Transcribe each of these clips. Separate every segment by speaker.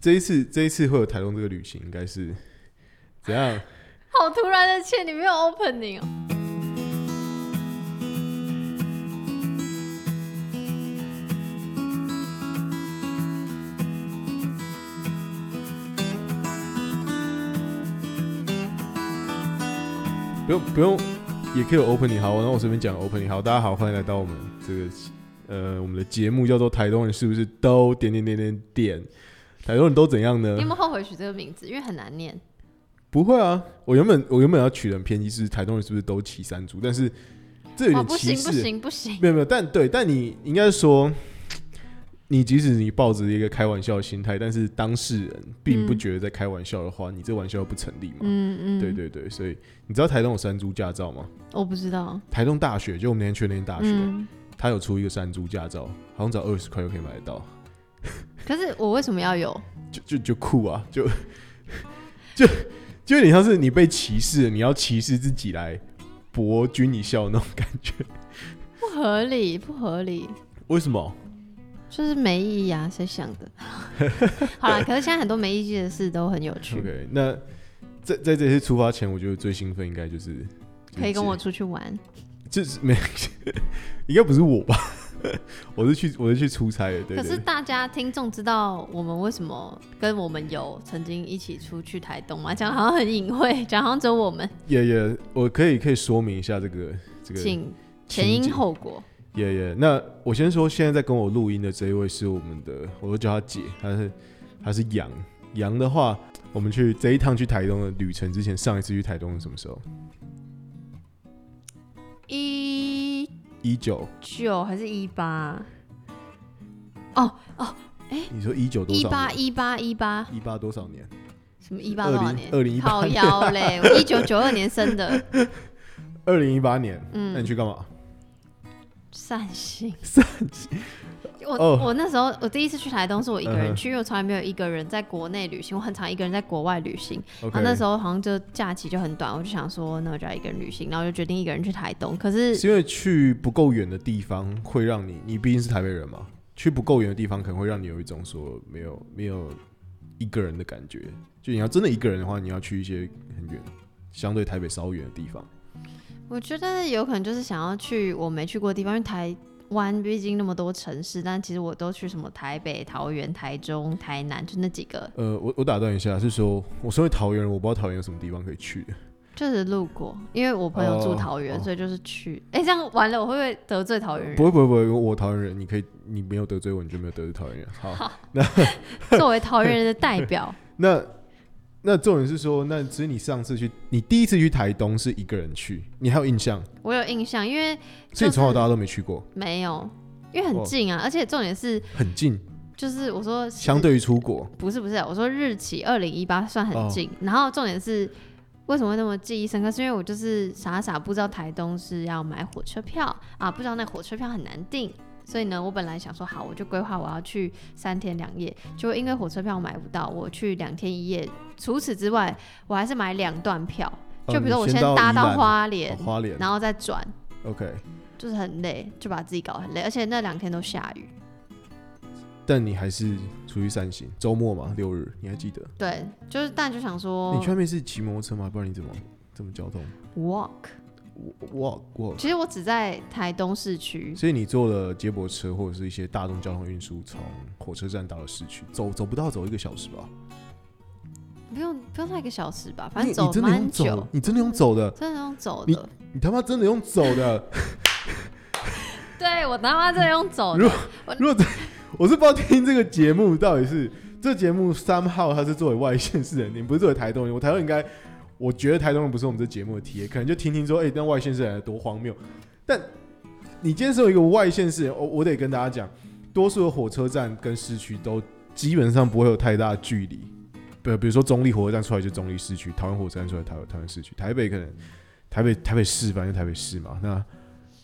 Speaker 1: 这一次这一次会有台东这个旅行，应该是怎样？
Speaker 2: 好突然的切，你没有 opening 哦。
Speaker 1: 不用不用，也可以有 opening 好，那我随便讲 opening 好。大家好，欢迎来到我们这个呃我们的节目叫做《台东人是不是都点点点点点》，台东人都怎样呢
Speaker 2: 你有？没有后悔取这个名字？因为很难念。
Speaker 1: 不会啊，我原本我原本要取人偏激，是台东人是不是都骑山猪？但是这有
Speaker 2: 哦，
Speaker 1: 点
Speaker 2: 不
Speaker 1: 歧
Speaker 2: 行不
Speaker 1: 视、
Speaker 2: 行不行，
Speaker 1: 没有没有，但对，但你应该说，你即使你抱着一个开玩笑的心态，但是当事人并不
Speaker 2: 嗯
Speaker 1: 觉得在开玩笑的话，你这玩笑不成立嘛？
Speaker 2: 嗯嗯，
Speaker 1: 对，对对，所以你知道台东有山猪驾照吗？
Speaker 2: 我不知道。
Speaker 1: 台东大学，就我们那天去那间大学，
Speaker 2: 嗯，
Speaker 1: 它有出一个山猪驾照，好像只要二十块就可以买得到，
Speaker 2: 可是我为什么要有？
Speaker 1: 就就就酷啊，就 就就有点像是你被歧视了，你要歧视自己来博君一笑那种感觉。
Speaker 2: 不合理不合理，
Speaker 1: 为什么？
Speaker 2: 就是没意义啊！谁想 的？好啦，可是现在很多没意义的事都很有趣，
Speaker 1: OK，那在在这次出发前，我觉得最兴奋应该就是
Speaker 2: 可以跟我，出去玩。
Speaker 1: 就是就是没， 应该不是我吧？ 我是去我是去出差的，对
Speaker 2: 可
Speaker 1: 对
Speaker 2: 是
Speaker 1: 对。
Speaker 2: 大家听众知道我们为什么跟我们有曾经一起出去台东吗？讲好像很隐晦，讲好像只有我们，
Speaker 1: 也也，我可以可以说明一下这个这个
Speaker 2: 请前因后果。
Speaker 1: 也也。那我先说，现在在跟我录音的这一位是我们的，我都叫他姐，她是她是杨杨的话，我们去这一趟去台东的旅程之前，上一次去台东是什么时候？
Speaker 2: 一
Speaker 1: 一九，
Speaker 2: 九还是一八？哦，
Speaker 1: 你说一九多
Speaker 2: 一
Speaker 1: 少
Speaker 2: 八
Speaker 1: 年？
Speaker 2: 一八一八，
Speaker 1: 一八多少年？
Speaker 2: 什么一八多少年？
Speaker 1: 20 2018
Speaker 2: 靠腰嘞，我一九九二年 生的，
Speaker 1: 二零一八年。那你
Speaker 2: 嗯，
Speaker 1: 去干嘛？
Speaker 2: 善心。
Speaker 1: 善
Speaker 2: 我、
Speaker 1: 哦
Speaker 2: 我那时候我第一次去台东是我一个
Speaker 1: 嗯哼
Speaker 2: 人去，因为我从来没有一个人在国内旅行，我很常一个人在国外旅行。
Speaker 1: OK，
Speaker 2: 然啊后那时候好像就假期就很短，我就想说那我就要一个人旅行，然后就决定一个人去台东。可是
Speaker 1: 是因为去不够远的地方会让你，你毕竟是台北人嘛，去不够远的地方可能会让你有一种说没有没有一个人的感觉。就你要真的一个人的话，你要去一些很远，相对台北稍远的地方。
Speaker 2: 我觉得有可能就是想要去我没去过的地方，因为台湾毕竟那么多城市，但其实我都去什么台北、桃园、台中、台南，就那几个，
Speaker 1: 呃，我我打断一下，是说我身为桃园人，我不知道桃园有什么地方可以去的。
Speaker 2: 就是路过。因为我朋友住
Speaker 1: 哦
Speaker 2: 桃园，
Speaker 1: 哦
Speaker 2: 所以就是去。哎、这样完了，我会不会得罪桃园人？
Speaker 1: 不会不会不会，我桃园人，你可以，你没有得罪我，你就没有得罪桃园人。好，
Speaker 2: 作为桃园人的代表，
Speaker 1: 那那重点是说，那只是你上次去，你第一次去台东是一个人去，你还有印象，
Speaker 2: 我有印象，因为
Speaker 1: 所以你从小到大都没去过，
Speaker 2: 没有，因为很近啊，而且重点是，
Speaker 1: 很近，
Speaker 2: 就是我说
Speaker 1: 相对于出国。
Speaker 2: 不是不是，我说日期二零一八算
Speaker 1: 哦
Speaker 2: 很近，然后重点是。为什么会那么记忆深刻？是因为我就是傻傻不知道台东是要买火车票啊，不知道那火车票很难订，所以呢，我本来想说好，我就规划我要去三天两夜，就因为火车票买不到，我去两天一夜。除此之外，我还是买两段票，
Speaker 1: 哦
Speaker 2: 就比如说我
Speaker 1: 你先到
Speaker 2: 搭
Speaker 1: 宜
Speaker 2: 到
Speaker 1: 兰
Speaker 2: 花莲
Speaker 1: 哦，花莲
Speaker 2: 然后再转，
Speaker 1: ，OK，
Speaker 2: 就是很累，就把自己搞得很累，而且那两天都下雨。
Speaker 1: 但你还是出去散心，周末嘛，六日，你还记得？
Speaker 2: 对，就是但就想说
Speaker 1: 你去外面是骑摩托车吗？不然你怎么怎么交通
Speaker 2: walk。
Speaker 1: ？walk walk，
Speaker 2: 其实我只在台东市区，
Speaker 1: 所以你坐了接驳车或者是一些大众交通运输，从火车站到了市区，走走不到走一个小时吧？
Speaker 2: 不用不用到一个小时吧，反正
Speaker 1: 你你
Speaker 2: 走
Speaker 1: 真的用
Speaker 2: 蛮
Speaker 1: 走
Speaker 2: 久，，
Speaker 1: 你真的用走的，
Speaker 2: 真的用走
Speaker 1: 你
Speaker 2: 的。
Speaker 1: 你他妈真的用走的？
Speaker 2: 对我他妈真的用走
Speaker 1: 如
Speaker 2: 的，
Speaker 1: 如果真我是不知道听这个节目到底是这节目三号，它是作为外县市人听，不是作为台东人。我台东应该，我觉得台东人不是我们这节目的 TA，可能就听听说，哎、那外县市人多荒谬。但你今天身为一个外县市人，哦我我得跟大家讲，多数的火车站跟市区都基本上不会有太大的距离。比比如说中立火车站出来就中立市区，台湾火车站出来台台湾市区，台北可能台北台北市反正就台北市嘛，那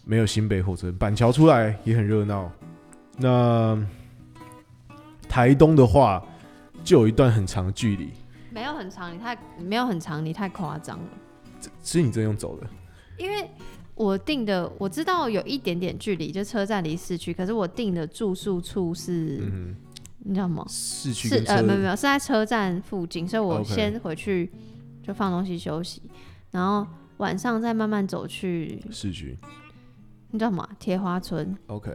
Speaker 1: 没有新北火车，板桥出来也很热闹。那台东的话，就有一段很长的距离，
Speaker 2: 没有很长，你太没有很长，你太夸张了。
Speaker 1: 是你真的用走的。
Speaker 2: 因为我订的我知道有一点点距离，就车站离市区，可是我订的住宿处是
Speaker 1: 嗯哼，
Speaker 2: 你知道吗？
Speaker 1: 市区
Speaker 2: 是
Speaker 1: 跟
Speaker 2: 呃，
Speaker 1: 车
Speaker 2: 没有没有，是在车站附近，所以我
Speaker 1: OK
Speaker 2: 先回去就放东西休息，然后晚上再慢慢走去，
Speaker 1: 市区
Speaker 2: 你知道吗？铁花村。
Speaker 1: OK。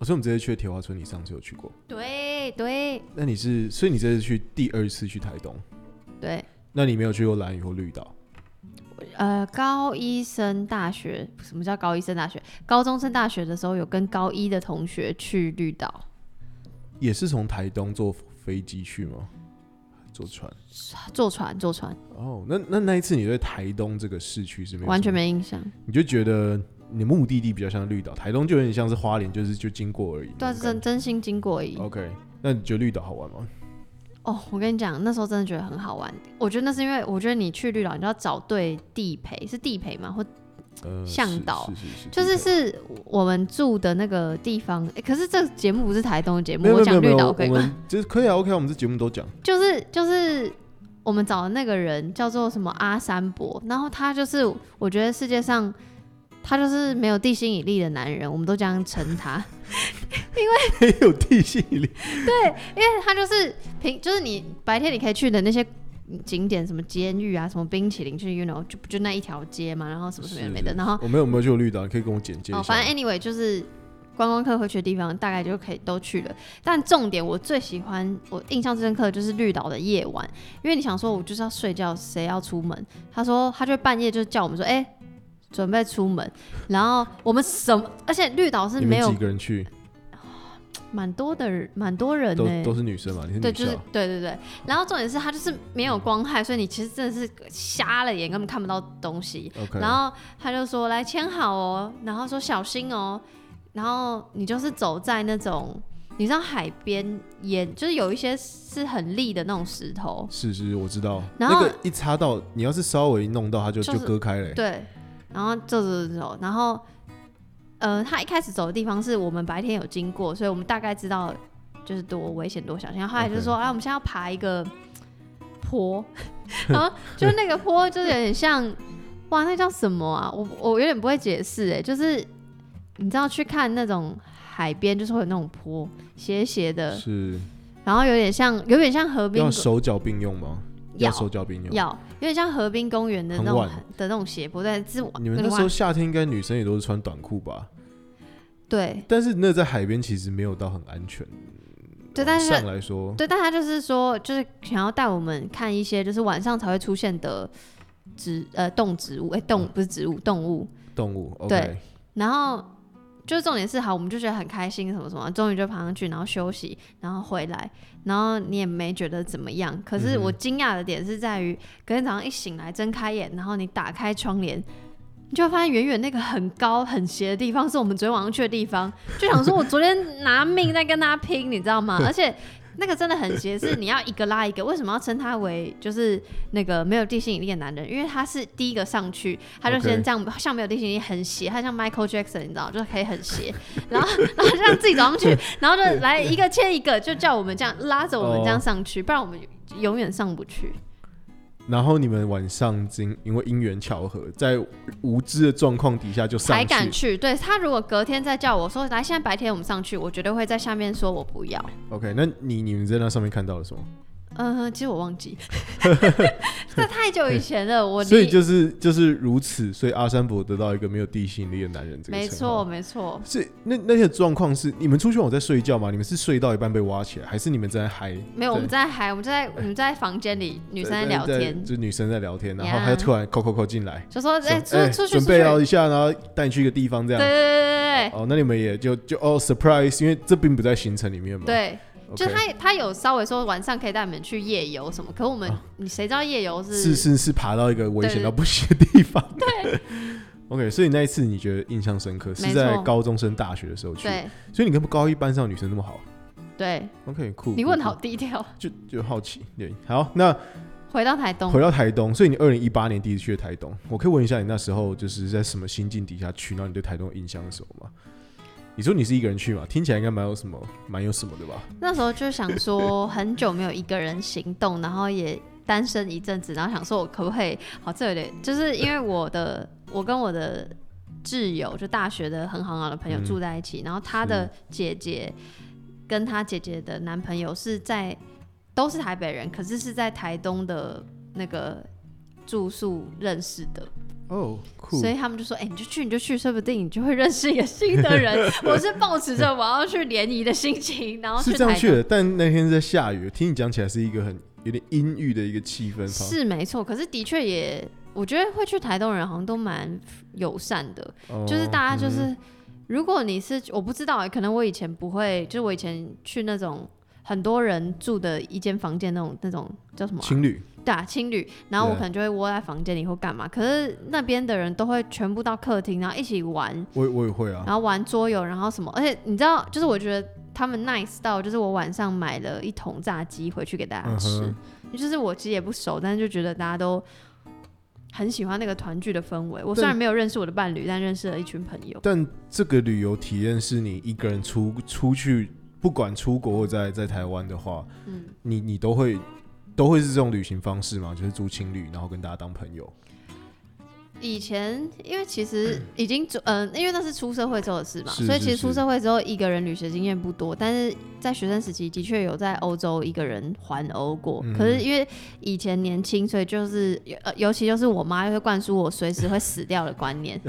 Speaker 1: 哦，所以我们这次去的铁花村，你上次有去过？
Speaker 2: 对对
Speaker 1: 那你是，所以你这次去第二次去台东，
Speaker 2: 对，
Speaker 1: 那你没有去过蓝屿或绿岛？
Speaker 2: 呃，高一升大学，什么叫高一升大学？高中升大学的时候，有跟高一的同学去绿岛，
Speaker 1: 也是从台东坐飞机去吗？坐船？
Speaker 2: 坐船坐船，
Speaker 1: 哦，那那那一次你对台东这个市区是没有
Speaker 2: 完全
Speaker 1: 什么，
Speaker 2: 没印象。
Speaker 1: 你就觉得你的目的地比较像绿岛，台东就有点像是花莲，就是就经过而已。
Speaker 2: 对啊，
Speaker 1: 那种
Speaker 2: 真
Speaker 1: 感哦
Speaker 2: 真心经过而已
Speaker 1: 觉。OK，那你觉得绿岛好玩吗？
Speaker 2: 哦，我跟你讲，那时候真的觉得很好玩。我觉得那是因为，我觉得你去绿岛，你就要找对地陪，是地陪吗？或
Speaker 1: 呃，
Speaker 2: 向
Speaker 1: 是
Speaker 2: 导
Speaker 1: 是是是，
Speaker 2: 就是
Speaker 1: 是
Speaker 2: 是我们住的那个地方。诶可是这个节目不是台东的节
Speaker 1: 没
Speaker 2: 目，
Speaker 1: 有没有
Speaker 2: 我讲
Speaker 1: 没
Speaker 2: 绿
Speaker 1: 有，
Speaker 2: 岛
Speaker 1: 我
Speaker 2: 可以
Speaker 1: 们
Speaker 2: 吗？
Speaker 1: 就是可以啊，OK，啊我们这节目都讲。
Speaker 2: 就是就是我们找的那个人叫做什么阿三伯，然后他就是我觉得世界上他就是没有地心引力的男人，我们都这样称他。
Speaker 1: 没 有地心引力。
Speaker 2: 他就是平，就是你白天你可以去的那些景点，什么监狱啊，什么冰淇淋，就是 you know 就就那一条街嘛，然后什么什么也 没的，然后
Speaker 1: 我们有没有去过绿岛？你可以跟我简介一下。
Speaker 2: 哦，反正 anyway 就是观光客会去的地方，大概就可以都去了。但重点我最喜欢，我印象最深刻的就是绿岛的夜晚，因为你想说我就是要睡觉，谁要出门？他说他就半夜就叫我们说，哎、准备出门，然后我们什么，而且绿岛是
Speaker 1: 你们
Speaker 2: 没有
Speaker 1: 几个人去，
Speaker 2: 蛮多的人，蛮多人呢、
Speaker 1: 都都是女生嘛？你是
Speaker 2: 对，
Speaker 1: 女
Speaker 2: 就是
Speaker 1: 校，
Speaker 2: 对对对。然后重点是它就是没有光害，所以你其实真的是瞎了眼，根本看不到东西。
Speaker 1: OK。
Speaker 2: 然后他就说来签好哦，然后说小心哦，然后你就是走在那种。你知道海边沿就是有一些是很利的那种石头，
Speaker 1: 是是，我知道。
Speaker 2: 然后
Speaker 1: 那个一插到，你要是稍微弄到，它就
Speaker 2: 就是
Speaker 1: 就割开了欸。
Speaker 2: 对，然后走走走走，然后呃，他一开始走的地方是我们白天有经过，所以我们大概知道就是多危险多小心。然后后来就说啊，我们现在要爬一个 坡，然后就是那个坡就是有点像，哇，那叫什么啊？我我有点不会解释哎、就是你知道去看那种海边，就是会有那种坡斜斜的，
Speaker 1: 是
Speaker 2: 然后有点像有点像河滨
Speaker 1: 要
Speaker 2: 公
Speaker 1: 手脚并用吗？要
Speaker 2: 要
Speaker 1: 手脚并用。
Speaker 2: 要有点像河滨公园的
Speaker 1: 很
Speaker 2: 那种
Speaker 1: 晚
Speaker 2: 的那种斜坡，但是我
Speaker 1: 你们那时候夏天应该女生也都是穿短裤吧？
Speaker 2: 对。
Speaker 1: 但是那在海边其实没有到很安全。
Speaker 2: 对，但是
Speaker 1: 上来说，
Speaker 2: 对，但他就是说，就是想要带我们看一些就是晚上才会出现的植呃动植物，哎、动不是植物，动物。
Speaker 1: 动物 OK
Speaker 2: 对然后就是重点是好，我们就觉得很开心，什么什么，终于就爬上去，然后休息，然后回来，然后你也没觉得怎么样。可是我惊讶的点是在于，隔天早上一醒来，睁开眼，然后你打开窗帘。你就会发现远远那个很高很斜的地方是我们昨天晚上去的地方，就想说我昨天拿命在跟他拼，你知道吗？而且那个真的很斜，是你要一个拉一个。为什么要称他为就是那个没有地心引力的男人？因为他是第一个上去，他就
Speaker 1: OK
Speaker 2: 先这样像没有地心引力很斜，他像 Michael Jackson 你知道，就是可以很斜，然后然后就让自己走上去，然后就来一个牵一个，就叫我们这样拉着我们这样上去，不然我们永远上不去。
Speaker 1: 然后你们晚上经因为因缘巧合，在无知的状况底下就上
Speaker 2: 才敢
Speaker 1: 去。
Speaker 2: 去。对他如果隔天再叫我说来，现在白天我们上去，我绝对会在下面说我不要。
Speaker 1: OK，那你你们在那上面看到了什么？
Speaker 2: 嗯、其实我忘 记， 这太久以前了，我离
Speaker 1: 所以就是就是如此，所以阿山伯得到一个没有地心引力的男人这个
Speaker 2: 没
Speaker 1: 称
Speaker 2: 错
Speaker 1: 号。
Speaker 2: 没错，
Speaker 1: 是那那些状况是你们出去玩我在睡觉吗？你们是睡到一半被挖起来，还是你们在嗨？
Speaker 2: 没有我们
Speaker 1: 对
Speaker 2: 在还我们在我们在房间里女生在聊天，
Speaker 1: 就是女生在聊天，然后
Speaker 2: 呀
Speaker 1: 他突然扣扣扣进来，
Speaker 2: 就说哎、出
Speaker 1: 说哎
Speaker 2: 出去出
Speaker 1: 准
Speaker 2: 去，
Speaker 1: 备
Speaker 2: 对
Speaker 1: 聊一下，然后带你去一个地方这
Speaker 2: 对对
Speaker 1: 样。
Speaker 2: 对对
Speaker 1: 哦，那你们也就就哦 surprise，因为这并不在行程里面嘛。
Speaker 2: 对。
Speaker 1: 哦
Speaker 2: 对，
Speaker 1: OK，
Speaker 2: 就是他，他有稍微说晚上可以带你们去夜游什么，可我们、
Speaker 1: 啊
Speaker 2: 你谁知道夜游
Speaker 1: 是是是爬到一个危险
Speaker 2: 对
Speaker 1: 到不行的地方。对。OK，所以那一次你觉得印象深刻是
Speaker 2: 没
Speaker 1: 在
Speaker 2: 错
Speaker 1: 高中升大学的时候去，
Speaker 2: 对
Speaker 1: 所以你跟高一班上的女生那么好啊
Speaker 2: 对，
Speaker 1: ，OK，酷。
Speaker 2: 你
Speaker 1: 酷
Speaker 2: 问
Speaker 1: 酷
Speaker 2: 好低调。
Speaker 1: 就就好奇，对，好，那
Speaker 2: 回到台东，
Speaker 1: 回到台东，所以你二零一八年第一次去的台东，我可以问一下你那时候就是在什么心境底下去，然后你对台东的印象是什么吗？你说你是一个人去嘛，听起来应该蛮有什么，蛮有什么的吧？
Speaker 2: 那时候就想说，很久没有一个人行动，然后也单身一阵子，然后想说我可不可以？好，这有点，就是因为我的，我跟我的挚友，就大学的很好很好的朋友
Speaker 1: 嗯
Speaker 2: 住在一起，然后他的姐姐跟她姐姐的男朋友是在都是台北人，可是是在台东的那个住宿认识的，
Speaker 1: 哦，酷
Speaker 2: 所，以他们就说：“哎、你就去，你就去，说不定你就会认识一个新 的人。”我是抱持着我要去联谊的心情，然后
Speaker 1: 是
Speaker 2: 去
Speaker 1: 这样
Speaker 2: 台
Speaker 1: 去
Speaker 2: 东。
Speaker 1: 的。但那天是在下雨，听你讲起来是一个很有点阴郁的一个气氛。
Speaker 2: 是没错，可是的确也，我觉得会去台东人好像都蛮友善的，
Speaker 1: 哦
Speaker 2: 就是大家就
Speaker 1: 嗯
Speaker 2: 是，如果你是我不知道、欸，可能我以前不会，就是我以前去那种很多人住的一间房间那种那种叫什么啊、
Speaker 1: 情侣，
Speaker 2: 对啊，情侣，然后我
Speaker 1: 对
Speaker 2: 可能就会窝在房间里或干嘛，可是那边的人都会全部到客厅，然后一起玩，
Speaker 1: 我我也会啊。
Speaker 2: 然后玩桌游，然后什么，而且你知道，就是我觉得他们 nice 到，就是我晚上买了一桶炸鸡回去给大家吃，
Speaker 1: 嗯
Speaker 2: 就是我其实也不熟，但是就觉得大家都很喜欢那个团聚的氛围。我虽
Speaker 1: 对
Speaker 2: 然没有认识我的伴侣，但认识了一群朋友。
Speaker 1: 但这个旅游体验是你一个人出出去，不管出国或在在台湾的话，
Speaker 2: 嗯，
Speaker 1: 你你都会都会是这种旅行方式嘛？就是租情侣，然后跟大家当朋友。
Speaker 2: 以前因为其实已经做，嗯、因为那是出社会之后的事嘛，
Speaker 1: 是
Speaker 2: 所以
Speaker 1: 是
Speaker 2: 其实
Speaker 1: 是
Speaker 2: 出社会之后一个人旅行经验不多，但是在学生时期的确有在欧洲一个人环欧过。
Speaker 1: 嗯
Speaker 2: 可是因为以前年轻，所以就是呃，尤其就是我妈会灌输我随时会死掉的 观念，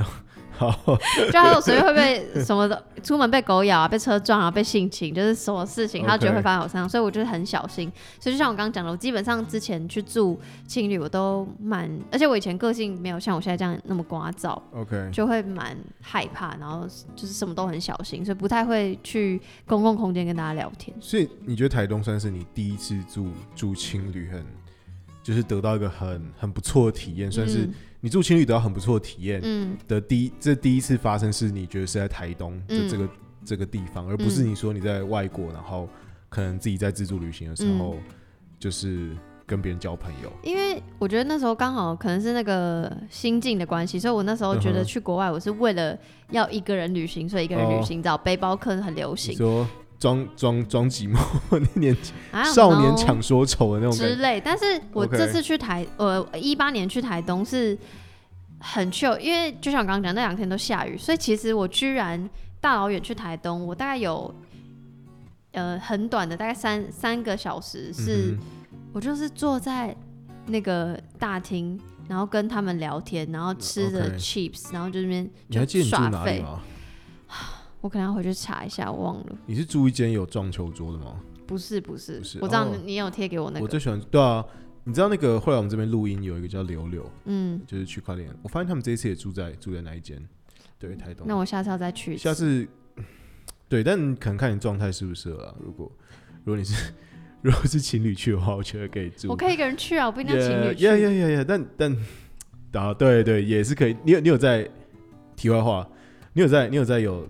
Speaker 1: 好，
Speaker 2: 就她说随便会被什么的，出门被狗咬啊，被车撞啊，被性侵，就是什么事情
Speaker 1: OK
Speaker 2: 她觉得会发生我身上，所以我就是很小心。所以就像我刚刚讲的，我基本上之前去住青旅，我都蛮，而且我以前个性没有像我现在这样那么聒噪。
Speaker 1: OK，
Speaker 2: 就会蛮害怕，然后就是什么都很小心，所以不太会去公共空间跟大家聊天。
Speaker 1: 所以你觉得台东算是你第一次住住青旅很，就是得到一个很很不错的体验，算是你住青旅得到很不错的体验
Speaker 2: 嗯
Speaker 1: 的第一，这第一次发生是你觉得是在台东的
Speaker 2: 嗯
Speaker 1: 这个、这个地方，而不是你说你在外国，然后可能自己在自助旅行的时
Speaker 2: 嗯
Speaker 1: 候，就是跟别人交朋友。
Speaker 2: 因为我觉得那时候刚好可能是那个心境的关系，所以我那时候觉
Speaker 1: 嗯
Speaker 2: 得
Speaker 1: 哼
Speaker 2: 去国外我是为了要一个人旅行，所以一个人旅行，你知道背包客很流
Speaker 1: 你
Speaker 2: 行
Speaker 1: 说装装装寂寞，那年纪
Speaker 2: 啊，
Speaker 1: 少年抢说愁的那种感
Speaker 2: 之
Speaker 1: 觉。
Speaker 2: 类。但是我
Speaker 1: OK
Speaker 2: 这次去台，呃，一八年去台东是很 chill，因为就像我刚刚讲，那两天都下雨，所以其实我居然大老远去台东，我大概有呃很短的，大概三三个小时是，
Speaker 1: 嗯
Speaker 2: 我就是坐在那个大厅。然后跟他们聊天，然后吃着
Speaker 1: OK
Speaker 2: chips，、然后就那边
Speaker 1: 哼你还记得
Speaker 2: 就
Speaker 1: 你住
Speaker 2: 耍
Speaker 1: 哪里
Speaker 2: 废。
Speaker 1: 吗？
Speaker 2: 我可能要回去查一下，我忘了。
Speaker 1: 你是住一间有撞球桌的吗？
Speaker 2: 不是不是，
Speaker 1: 不是
Speaker 2: 我知道
Speaker 1: 哦
Speaker 2: 你你有贴给我那
Speaker 1: 我
Speaker 2: 个，
Speaker 1: 最喜欢对啊，你知道那个后来我们这边录音有一个叫柳柳，
Speaker 2: 嗯，
Speaker 1: 就是区块链，我发现他们这一次也住在住在那一间，对台东。
Speaker 2: 那我下次要再去一次。
Speaker 1: 下次 对，但可能看你状态适不适合啊。如果如果你是 如果是情侣去的话，我觉得可以住。
Speaker 2: 我可以一个人去啊，我不一定要情侣去。
Speaker 1: 呀呀呀呀！但但啊，对对，也是可以。你有你有在题外话，你有在你有在有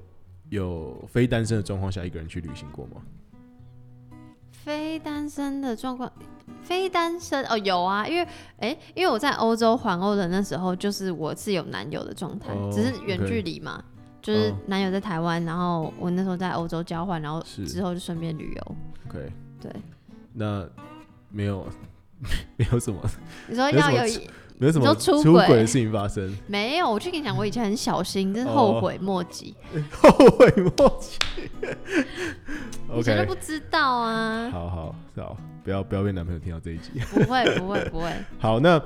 Speaker 1: 有非单身的状况下一个人去旅行过吗？
Speaker 2: 非单身的状况，非单身哦，有啊，因为哎、因为我在欧洲环欧的那时候，就是我是有男友的状态，
Speaker 1: 哦
Speaker 2: 只是远距离嘛。就是
Speaker 1: 哦
Speaker 2: 男友在台湾，然后我那时候在欧洲交换，然后
Speaker 1: 是
Speaker 2: 之后就顺便旅游。
Speaker 1: 可以。
Speaker 2: 对，
Speaker 1: 那没有 没有什么
Speaker 2: 你说
Speaker 1: 没有
Speaker 2: 要
Speaker 1: 什么出没有
Speaker 2: 有
Speaker 1: 什
Speaker 2: 你
Speaker 1: 么
Speaker 2: 说出
Speaker 1: 出
Speaker 2: 轨
Speaker 1: 轨的事情发生，
Speaker 2: 没有？我去跟你讲，我以前很小心，真是
Speaker 1: 哦
Speaker 2: 后悔莫及，
Speaker 1: 后悔莫及。
Speaker 2: 以前
Speaker 1: OK，
Speaker 2: 就不知道啊。
Speaker 1: 好好好，不要不要被男朋友听到这一集。
Speaker 2: 不会，不会，不会。
Speaker 1: 好，那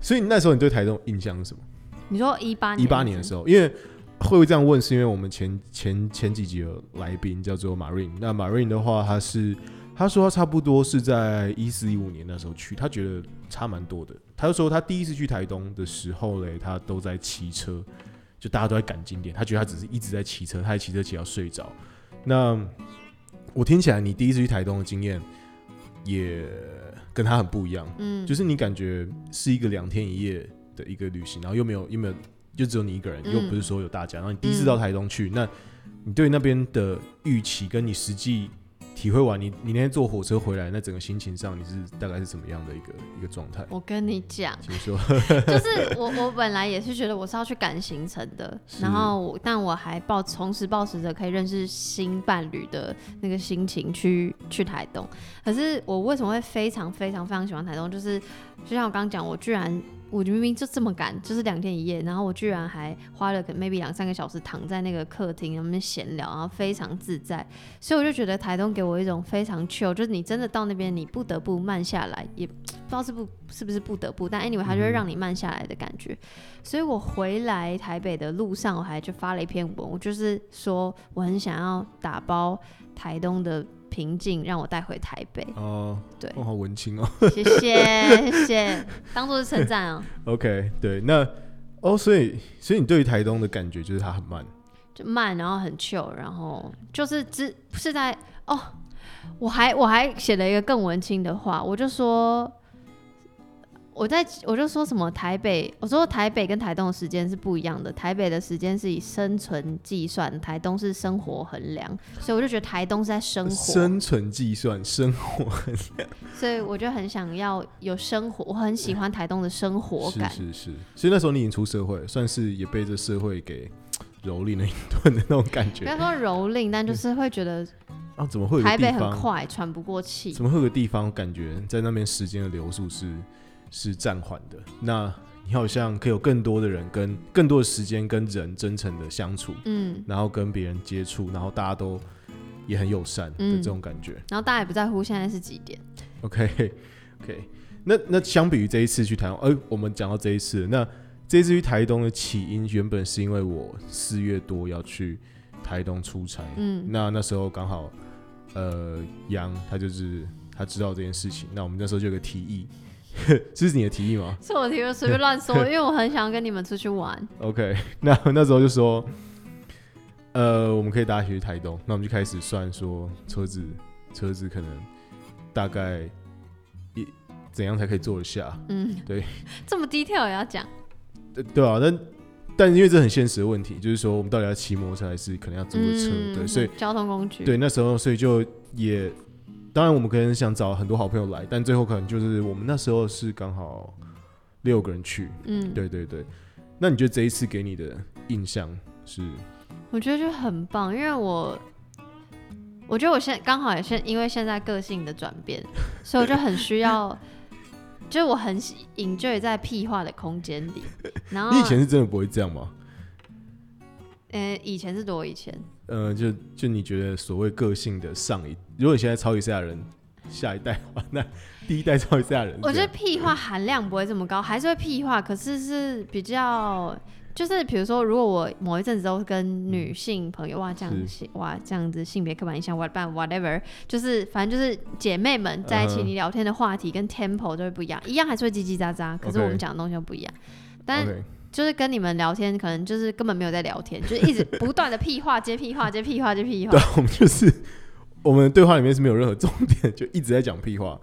Speaker 1: 所以那时候你对台东印象是什么？
Speaker 2: 你说一八年，
Speaker 1: 一八年的时候，因为会这样问，是因为我们前前前几集有来宾叫做 Marine，那 Marine 的话，他是他说他差不多是在一四一五年那时候去，他觉得差蛮多的。他就说他第一次去台东的时候嘞，他都在骑车，就大家都在赶景点，他觉得他只是一直在骑车，他还骑车骑到睡着。那我听起来，你第一次去台东的经验也跟他很不一样。
Speaker 2: 嗯，
Speaker 1: 就是你感觉是一个两天一夜的一个旅行，然后又没有又没有就只有你一个人，
Speaker 2: 嗯
Speaker 1: 又不是说有大家，然后你第一次到台东去，那你对那边的预期跟你实际体会完，你你那天坐火车回来，那整个心情上你是大概是怎么样的一个一个状态？
Speaker 2: 我跟你讲，
Speaker 1: 请说，
Speaker 2: 就是我我本来也是觉得我是要去赶行程的，
Speaker 1: 是
Speaker 2: 然后我但我还抱同时抱持着可以认识新伴侣的那个心情去去台东。可是我为什么会非常非常非常喜欢台东？就是就像我刚刚讲，我居然我明明就这么赶，就是两天一夜，然后我居然还花了可 maybe 两三个小时躺在那个客厅那边闲聊，然后非常自在，所以我就觉得台东给我一种非常 chill，就是你真的到那边，你不得不慢下来，也不知道是不是不是不得不，但 anyway 它就会让你慢下来的感觉。所以我回来台北的路上，我还就发了一篇文，我就是说我很想要打包台东的平静，让我带回台北。
Speaker 1: 哦，
Speaker 2: 对
Speaker 1: 哦，好文青哦。
Speaker 2: 谢谢谢谢，当做是称赞啊。
Speaker 1: OK，对，那哦，所以所以你对于台东的感觉就是它很慢，
Speaker 2: 就慢，然后很 chill，然后就是只是在哦，我还我还写了一个更文青的话，我就说我在我就说什么台北，我说台北跟台东的时间是不一样的，台北的时间是以生存计算，台东是生活衡量，所以我就觉得台东是在生活，
Speaker 1: 生存计算生活
Speaker 2: 所以我就很想要有生活，我很喜欢台东的生活
Speaker 1: 是
Speaker 2: 感，
Speaker 1: 是是，所以那时候你已经出社会了，算是也被这社会给 蹂躏了一顿的那种感
Speaker 2: 不
Speaker 1: 觉
Speaker 2: 要说蹂躏，但就是会觉得
Speaker 1: 啊！怎么会有个
Speaker 2: 啊台北
Speaker 1: 地
Speaker 2: 很
Speaker 1: 方？
Speaker 2: 快喘不过气，
Speaker 1: 怎么会有个地方感觉在那边时间的流速是是暂缓的？那你好像可以有更多的人跟更多的时间跟人真诚的相处，
Speaker 2: 嗯，
Speaker 1: 然后跟别人接触，然后大家都也很友善的
Speaker 2: 嗯
Speaker 1: 这种感觉。
Speaker 2: 然后大家也不在乎现在是几点。
Speaker 1: OK OK，那那相比于这一次去台东，呃，我们讲到这一次了，那这一次去台东的起因原本是因为我四月多要去台东出差，
Speaker 2: 嗯
Speaker 1: 那那时候刚好呃杨他就是他知道这件事情，那我们那时候就有个提议， 这是你的提议吗
Speaker 2: 是我提的随便 乱说，因为我很想跟你们出去玩。
Speaker 1: ？OK，那 那时候就说。呃，我们可以大家一起去台东，那我们就开始算说车子，车子可能大概一怎样才可以坐得下，
Speaker 2: 嗯，
Speaker 1: 对，
Speaker 2: 这么低调也要讲。嗯
Speaker 1: 对对啊，但但因为这很现实的问题，就是说我们到底要骑摩托车还是可能要租个车？
Speaker 2: 嗯
Speaker 1: 对，所以
Speaker 2: 交通工具。
Speaker 1: 对那时候，所以就也当然我们可能想找很多好朋友来，但最后可能就是我们那时候是刚好六个人去。
Speaker 2: 嗯，
Speaker 1: 对对对，那你觉得这一次给你的印象是
Speaker 2: 我觉得就很棒，因为我。我觉得我现在刚好也是因为现在个性的转 变，所以我就很需要，就是我很喜 enjoy 在屁话的空间 里。然后
Speaker 1: 你以前是真的不会这样吗？
Speaker 2: 呃，以前是多以前，
Speaker 1: 呃，就就你觉得所谓个性的上一，如果你现在超级赛亚人下一代的话，那第一代超级赛亚人是这样，
Speaker 2: 我觉得屁话含量不会这么高，还是会屁话，可是是比较，就是比如说，如果我某一阵子都跟女性朋友哇这样
Speaker 1: 是
Speaker 2: 性哇这样子性别刻板印象 what about whatever，就是反正就是姐妹们在一起，
Speaker 1: 嗯哼
Speaker 2: 你聊天的话题跟 tempo 就会不一样，一样还是会叽叽喳喳，可是
Speaker 1: OK
Speaker 2: 我们讲的东西又不一样。但
Speaker 1: OK
Speaker 2: 就是跟你们聊天，可能就是根本没有在聊天，就是一直不断的屁话接屁话接屁话接屁 话
Speaker 1: 对，，啊我们就是我们的对话里面是没有任何重点，就一直在讲屁话。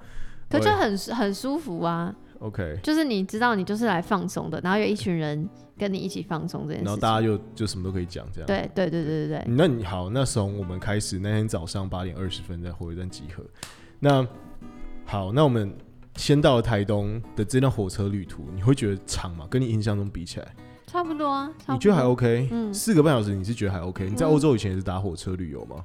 Speaker 2: 可就很很舒服啊。
Speaker 1: OK，
Speaker 2: 就是你知道你就是来放松的，然后有一群人跟你一起放松这件
Speaker 1: 然后
Speaker 2: 事
Speaker 1: 大
Speaker 2: 情。
Speaker 1: 家就就什么都可以讲这样。
Speaker 2: 对对对对对对，
Speaker 1: 那你好，那从我们开始那天早上八点二十分在火车站集合。那好，那我们先到了台东的这段火车旅途，你会觉得长吗？跟你印象中比起来，
Speaker 2: 差不多啊，差不多。
Speaker 1: 你觉得还 OK？
Speaker 2: 嗯
Speaker 1: 四个半小时你是觉得还 OK？你在欧洲以前也是搭火车旅游吗？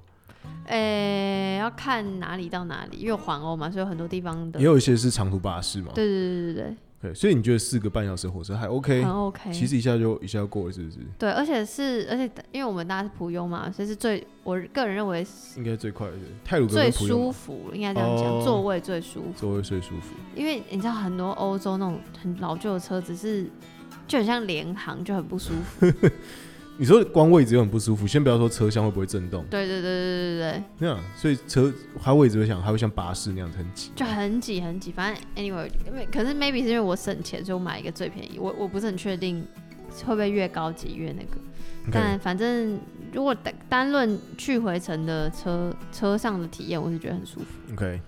Speaker 2: 诶、要看哪里到哪里，因为有环欧嘛，所以有很多地方的。
Speaker 1: 也有一些是长途巴士嘛。
Speaker 2: 嗯对对对对
Speaker 1: 对，所以你觉得四个半小时火车还 OK？
Speaker 2: 对，很 OK。
Speaker 1: 其实一下就一下就过了，是不是？
Speaker 2: 对，而且是而且因为我们搭是普悠嘛，所以是最我个人认为是
Speaker 1: 应该最快的，泰鲁格
Speaker 2: 最
Speaker 1: 跟普悠
Speaker 2: 舒服，应该这样讲，
Speaker 1: 哦
Speaker 2: 座位最舒服。
Speaker 1: 座位最舒服。
Speaker 2: 因为你知道很多欧洲那种很老旧的车子是就很像联航，就很不舒服。
Speaker 1: 你说光位置又很不舒服，先不要说车厢会不会震动，
Speaker 2: 对对对对对对对。
Speaker 1: 那样，所以车它位置会像还会像巴士那样子很挤。
Speaker 2: 就很挤很挤，反正 anyway，因为可是 maybe 是因为我省钱，所以我买一个最便宜。我我不是很确定会不会越高级越那个，但反正如果单单论去回程的车车上的体验，我是觉得很舒服。
Speaker 1: OK，